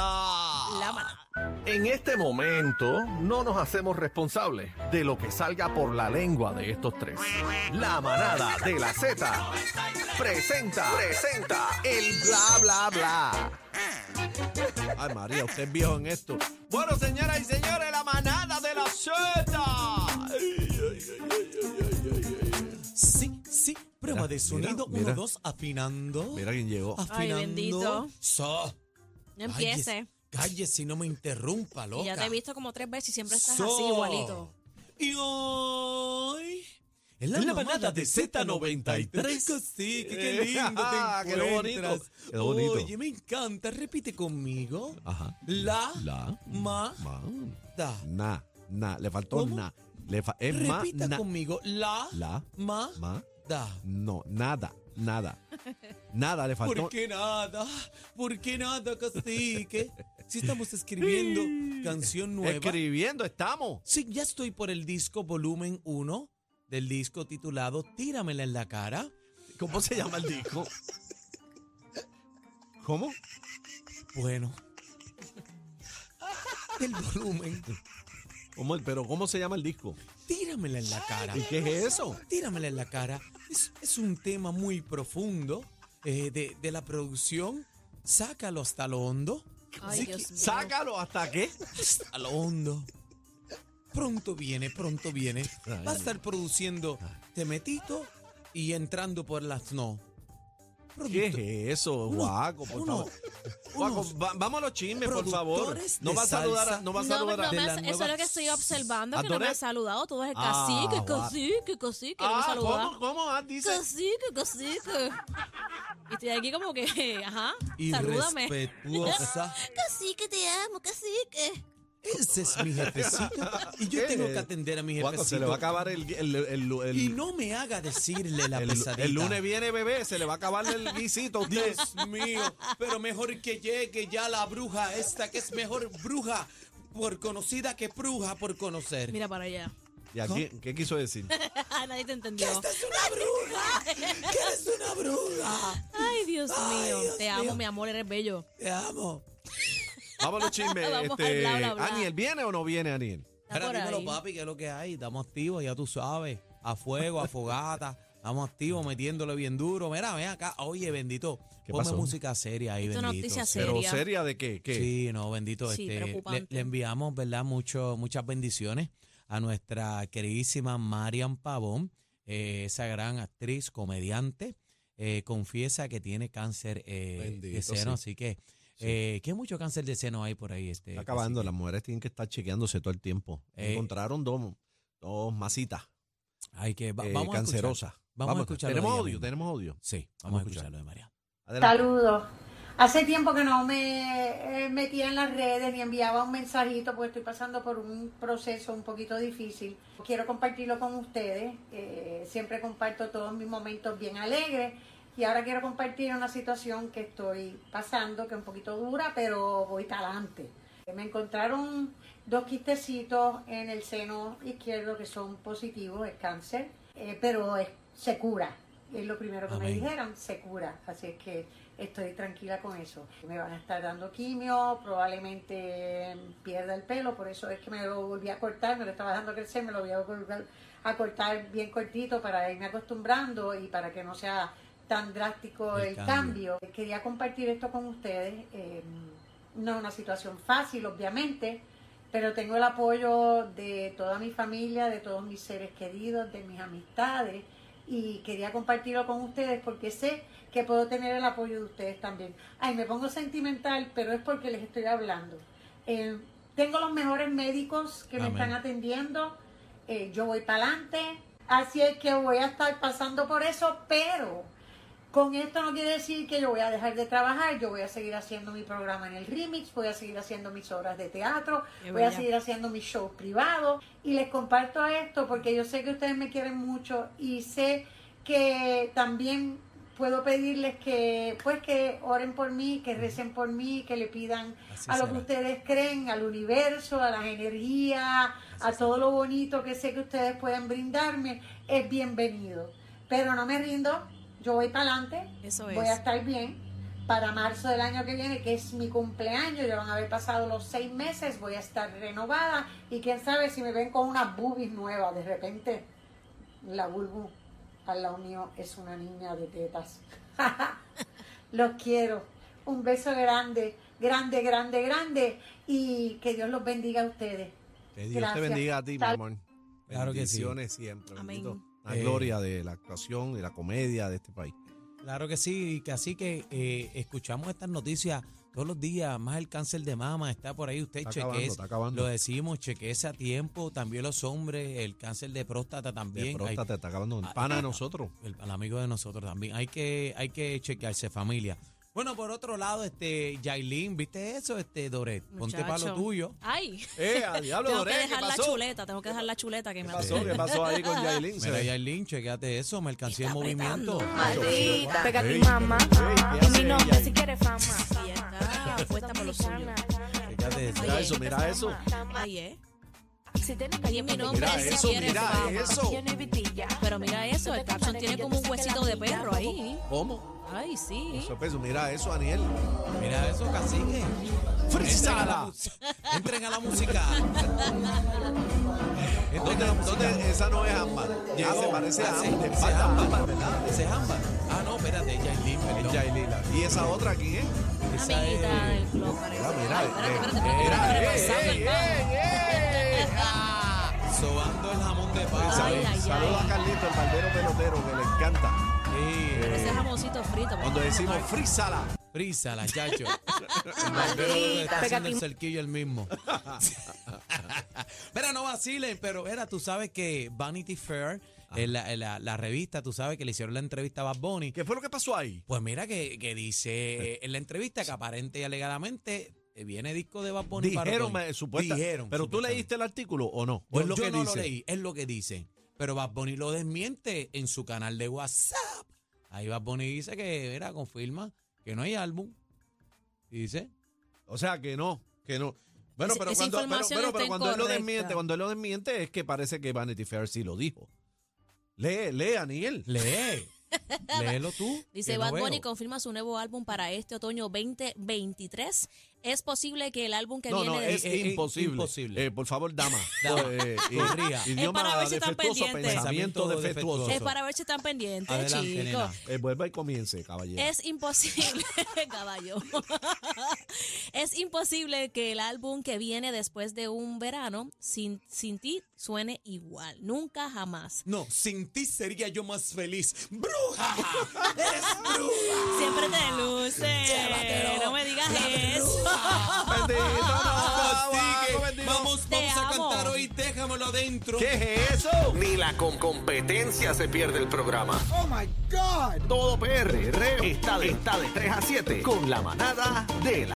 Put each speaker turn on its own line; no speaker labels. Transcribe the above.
manada.
La
Ah,
manada.
En este momento no nos hacemos responsables de lo que salga por la lengua de estos tres. La manada de la Z presenta, presenta el bla bla bla.
Ay, María, usted es viejo en esto. Bueno, señoras y señores, la manada de la Z.
Sí, sí, prueba
Mira,
de
mira,
sonido.
mira.
Uno, dos, afinando.
Mira quién llegó.
Afinando.
bendito.
So.
No empiece.
Cállese, cállese, no me interrumpa, loca.
Y ya te he visto como tres veces y siempre estás
So.
así igualito.
Y hoy... En
la manada de Z93.
Sí, que qué lindo
Ah,
te
quedó bonito,
encuentras.
quedó bonito. Ah,
Oye, me encanta. Repite conmigo.
Ajá.
La,
La.
ma,
Ma.
da.
Na. Na. Le faltó
¿Cómo?
na. Le fa- es ma.
Repita
na.
conmigo. La,
La.
ma,
Ma.
da.
No. Nada. Nada. Nada. Le faltó.
¿Por qué nada? ¿Por qué nada, cacique? Si estamos escribiendo canción nueva.
Escribiendo estamos.
Sí, ya estoy por el disco volumen 1 del disco titulado Tíramela en la cara.
¿Cómo se llama el disco? ¿Cómo?
Bueno. El volumen.
¿Cómo el- ¿Pero cómo se llama el disco?
Tíramela en la cara.
¿Y qué es eso?
Tíramela en la cara. Es, es un tema muy profundo eh, de, de la producción. Sácalo hasta lo hondo.
Ay,
Sí,
Dios mío.
Sácalo hasta qué.
a lo hondo. Pronto viene, pronto viene.
Ay,
Va a estar produciendo temetito y entrando por las no.
¿Qué
Producto-
es eso,
Uno-
Guaco? Por
uno-
favor. Guaco,
unos
va- vamos a los chismes, por favor.
productores
No
de
va a saludar a.
salsa.
No va a
No,
saludar
no
a.
de
me
la
has- eso
nueva
es lo que estoy observando,
¿A
que no me
Toret?
has saludado. Tú eres el
Ah,
cacique,
guau.
cacique, cacique, no me
Ah,
saludas.
¿cómo? ¿Cómo? Ah, dice.
Cacique, cacique. Y estoy aquí como que, ajá, salúdame.
irrespetuosa.
Cacique, te amo, cacique.
Ese es mi jefecito. Y yo
¿Qué?
tengo que atender a mi
Guaco, se le va a
jefecito.
acabar el. el, el, el-
Y no me haga decirle la
el-
pesadilla.
el lunes viene, bebé, se le va a acabar el guisito a usted.
Dios mío, pero mejor que llegue ya la bruja esta, que es mejor bruja por conocida que bruja por conocer.
Mira para allá.
¿Y aquí, qué quiso decir?
Nadie te entendió.
es una bruja! ¡Que eres una bruja!
Ay, Dios
Ay,
mío.
Dios
te amo,
mío.
mi amor, eres bello.
Te amo.
Vamos a los chismes.
Vamos al
este,
bla, bla, bla.
Aniel, ¿viene o no viene Aniel?
Está
Ahora
por
dímelo,
ahí.
papi, que es lo que hay. Estamos activos, ya tú sabes. A fuego, a fogata. Estamos activos, metiéndole bien duro. Mira, ven acá. Oye, bendito.
¿Qué
Ponme
pasó?
música seria ahí,
Esto es
bendito.
noticia
sí.
seria.
¿Pero seria de qué? ¿Qué?
Sí, no, bendito.
Sí,
este, le,
preocupante.
le enviamos, ¿verdad? Mucho, muchas bendiciones a nuestra queridísima Marian Pavón, eh, esa gran actriz, comediante. eh, confiesa que tiene cáncer eh, de
Bendito,
seno,
sí.
así que. Eh, ¿Qué mucho cáncer de seno hay por ahí? Este,
Está acabando, las
cacique?
mujeres tienen que estar chequeándose todo el tiempo.
Eh.
Encontraron dos, dos masitas
Ay, que va-
eh,
vamos a escuchar.
cancerosas.
Vamos a escucharlo de
Tenemos
ella
odio,
misma.
tenemos odio.
Sí, vamos, a escucharlo de María.
Adelante.
Saludos. Hace tiempo que no me eh, metía en las redes ni enviaba un mensajito porque estoy pasando por un proceso un poquito difícil. Quiero compartirlo con ustedes. Eh, siempre comparto todos mis momentos bien alegres y ahora quiero compartir una situación que estoy pasando que es un poquito dura, pero voy para adelante. Me encontraron dos quistecitos en el seno izquierdo que son positivos, es cáncer, eh, pero es- se cura. Es lo primero que me
Amén.
dijeron dijeron, se cura, así es que estoy tranquila con eso. Me van a estar dando quimio, probablemente pierda el pelo, por eso es que me lo volví a cortar, me lo estaba dejando crecer, me lo voy a volver a cortar bien cortito para irme acostumbrando y para que no sea tan drástico
El
el,
cambio.
cambio. Quería compartir esto con ustedes, eh, no es una situación fácil, obviamente, pero tengo el apoyo de toda mi familia, de todos mis seres queridos, de mis amistades y quería compartirlo con ustedes porque sé que puedo tener el apoyo de ustedes también. Ay, me pongo sentimental, pero es porque les estoy hablando. Eh, tengo los mejores médicos que
Amén.
me están atendiendo, eh, yo voy para adelante, así es que voy a estar pasando por eso, pero con esto no quiere decir que yo voy a dejar de trabajar, yo voy a seguir haciendo mi programa en el Remix, voy a seguir haciendo mis obras de teatro,
Qué
voy a
bella.
seguir haciendo mis shows privados y les comparto esto porque yo sé que ustedes me quieren mucho y sé que también puedo pedirles que pues que oren por mí, que recen por mí, que le pidan
Así
a lo
será.
que ustedes creen, al universo, a las energías, a todo lo bonito que sé que ustedes pueden brindarme, es bienvenido. Pero no me rindo, yo voy para adelante,
Eso
voy a
es.
estar bien. para marzo del año que viene, que es mi cumpleaños, ya van a haber pasado los seis meses, voy a estar renovada y quién sabe si me ven con unas boobies nuevas de repente. La Bulbu al lado mío es una niña de tetas. los quiero. Un beso grande, grande, grande, grande y que Dios los bendiga a ustedes.
Que Dios te
Gracias.
bendiga a ti, mi
Tal-
amor.
Claro que sí.
Bendiciones siempre.
Amén.
bendito. La
Eh.
gloria de la actuación y la comedia de este país.
Claro que sí, y que así que eh, escuchamos estas noticias todos los días, más el cáncer de mama está por ahí, usted
Está
chequee,
acabando, está acabando.
lo decimos, chequeese a tiempo, también los hombres, el cáncer de próstata también.
de
hay-
próstata está acabando. El
Ah,
pana de
ah,
nosotros.
el, al amigo de nosotros también. Hay que, hay que chequearse, familia. Bueno, por otro lado, este, Yailin, ¿viste eso, este, Doret? Ponte para lo
Muchacho.
tuyo.
Ay.
¡Eh, a diablo,
tengo
Doré!
que
¿Qué
dejar la
pasó?
chuleta, tengo que dejar la chuleta que
¿Qué
me
pasó? ¿Qué pasó ahí con Yailin? Se
Mira,
ve-
Yailin, chequeate eso, mercancía en movimiento.
Maldita. Pega a
Ey,
ti, mamá.
ey, ¿qué
Y mi
hace
nombre
ella
si quieres fama.
Sí, está puesta por lo suyo.
Fíjate eso.
Mira
Oye.
eso, mira eso.
Ay, eh.
Si tienes
Ahí en mi nombre
Mira
si
eso,
quieres
mira
fama.
eso.
Yo no vitilla.
Pero mira eso, el caption tiene como un huesito de perro ahí.
¿Cómo?
Ay, sí.
Eso, peso, mira eso, Aniel.
Mira eso, cacique. Entren a la
¡Frisala!
mus- Entren a la música.
¿Dónde, dónde- esa no es ámbar? Ya se parece a
Ah, sí,
ámbar.
sí,
Le falta
ámbar.
ámbar, ¿verdad?
Ese es ámbar. Ah, no, espérate, Yailin,
Es
perdón.
Yailila. ¿Y esa otra quién es?
Esa es-
Amiguita del club, parece.
Mira, mira.
Ay, espérate,
eh,
espérate,
eh,
espérate,
mira,
espérate,
ey,
espérate,
ey, ey, ey.
Sobando el jamón de palo.
Ay,
Salud-
ay, ay.
Saludos a Carlito, el barbero pelotero, que le encanta. Eh,
Pero
Sí.
ese jamoncito frito.
Cuando decimos frisala,
Frízala, chacho. El barbero le está haciendo el
Pégate.
cerquillo el mismo. Mira, no vacilen, pero era, tú sabes que Vanity Fair, eh, la, la- la revista, tú sabes que le hicieron la entrevista a Bad Bunny.
Ah. ¿qué fue lo que pasó ahí?
Pues mira que, que dice eh, en la entrevista que aparente y alegadamente eh, viene disco de Bad Bunny para
Dijeron,
otoño.
eh, supuesta-
Dijeron,
Pero tú
supuestamente.
leíste el artículo o no? ¿O
Yo,
es lo
yo
que
no
dice?
lo leí, es lo que dice. Pero Bad Bunny lo desmiente en su canal de WhatsApp. Ahí Bad Bunny dice que, mira, confirma que no hay álbum. Dice,
O sea, que no, que no. Bueno,
Esa-
pero
esa
cuando, pero-
información
pero- pero
está
cuando él lo
incorrecta.
desmiente, cuando él lo desmiente es que parece que Vanity Fair sí lo dijo. Lee, lee, Aniel.
lee, léelo tú.
Dice
que no
Bad
veo.
Bunny confirma su nuevo álbum para este otoño 2023. Es posible que el álbum que
No,
viene
no,
de-
es
eh, eh,
imposible.
imposible.
Eh, por favor, dama.
Dama,
eh, eh,
corría.
idioma
Es para ver si están
defectuoso,
pendientes.
pensamiento
Pensamiento
defectuoso.
defectuoso.
es para ver si están pendientes,
Adelante, nena.
chicos.
Eh, vuelva y comience, caballero.
Es imposible, caballo. es imposible que el álbum que viene después de un verano sin, sin ti suene igual. Nunca jamás.
No, sin ti sería yo más feliz. ¡Bruja! ¡Eres bruja!
Siempre te luce.
Llévatelo.
No me digas
La
eso.
bruja.
Bendito, no,
Así que
guapo, bendito.
vamos,
Te
vamos a
amo.
cantar hoy, déjamelo adentro.
¿Qué es eso?
Ni la con competencia se pierde el programa. Oh my God. Todo PR está de, está de 3 a 7 con la manada de la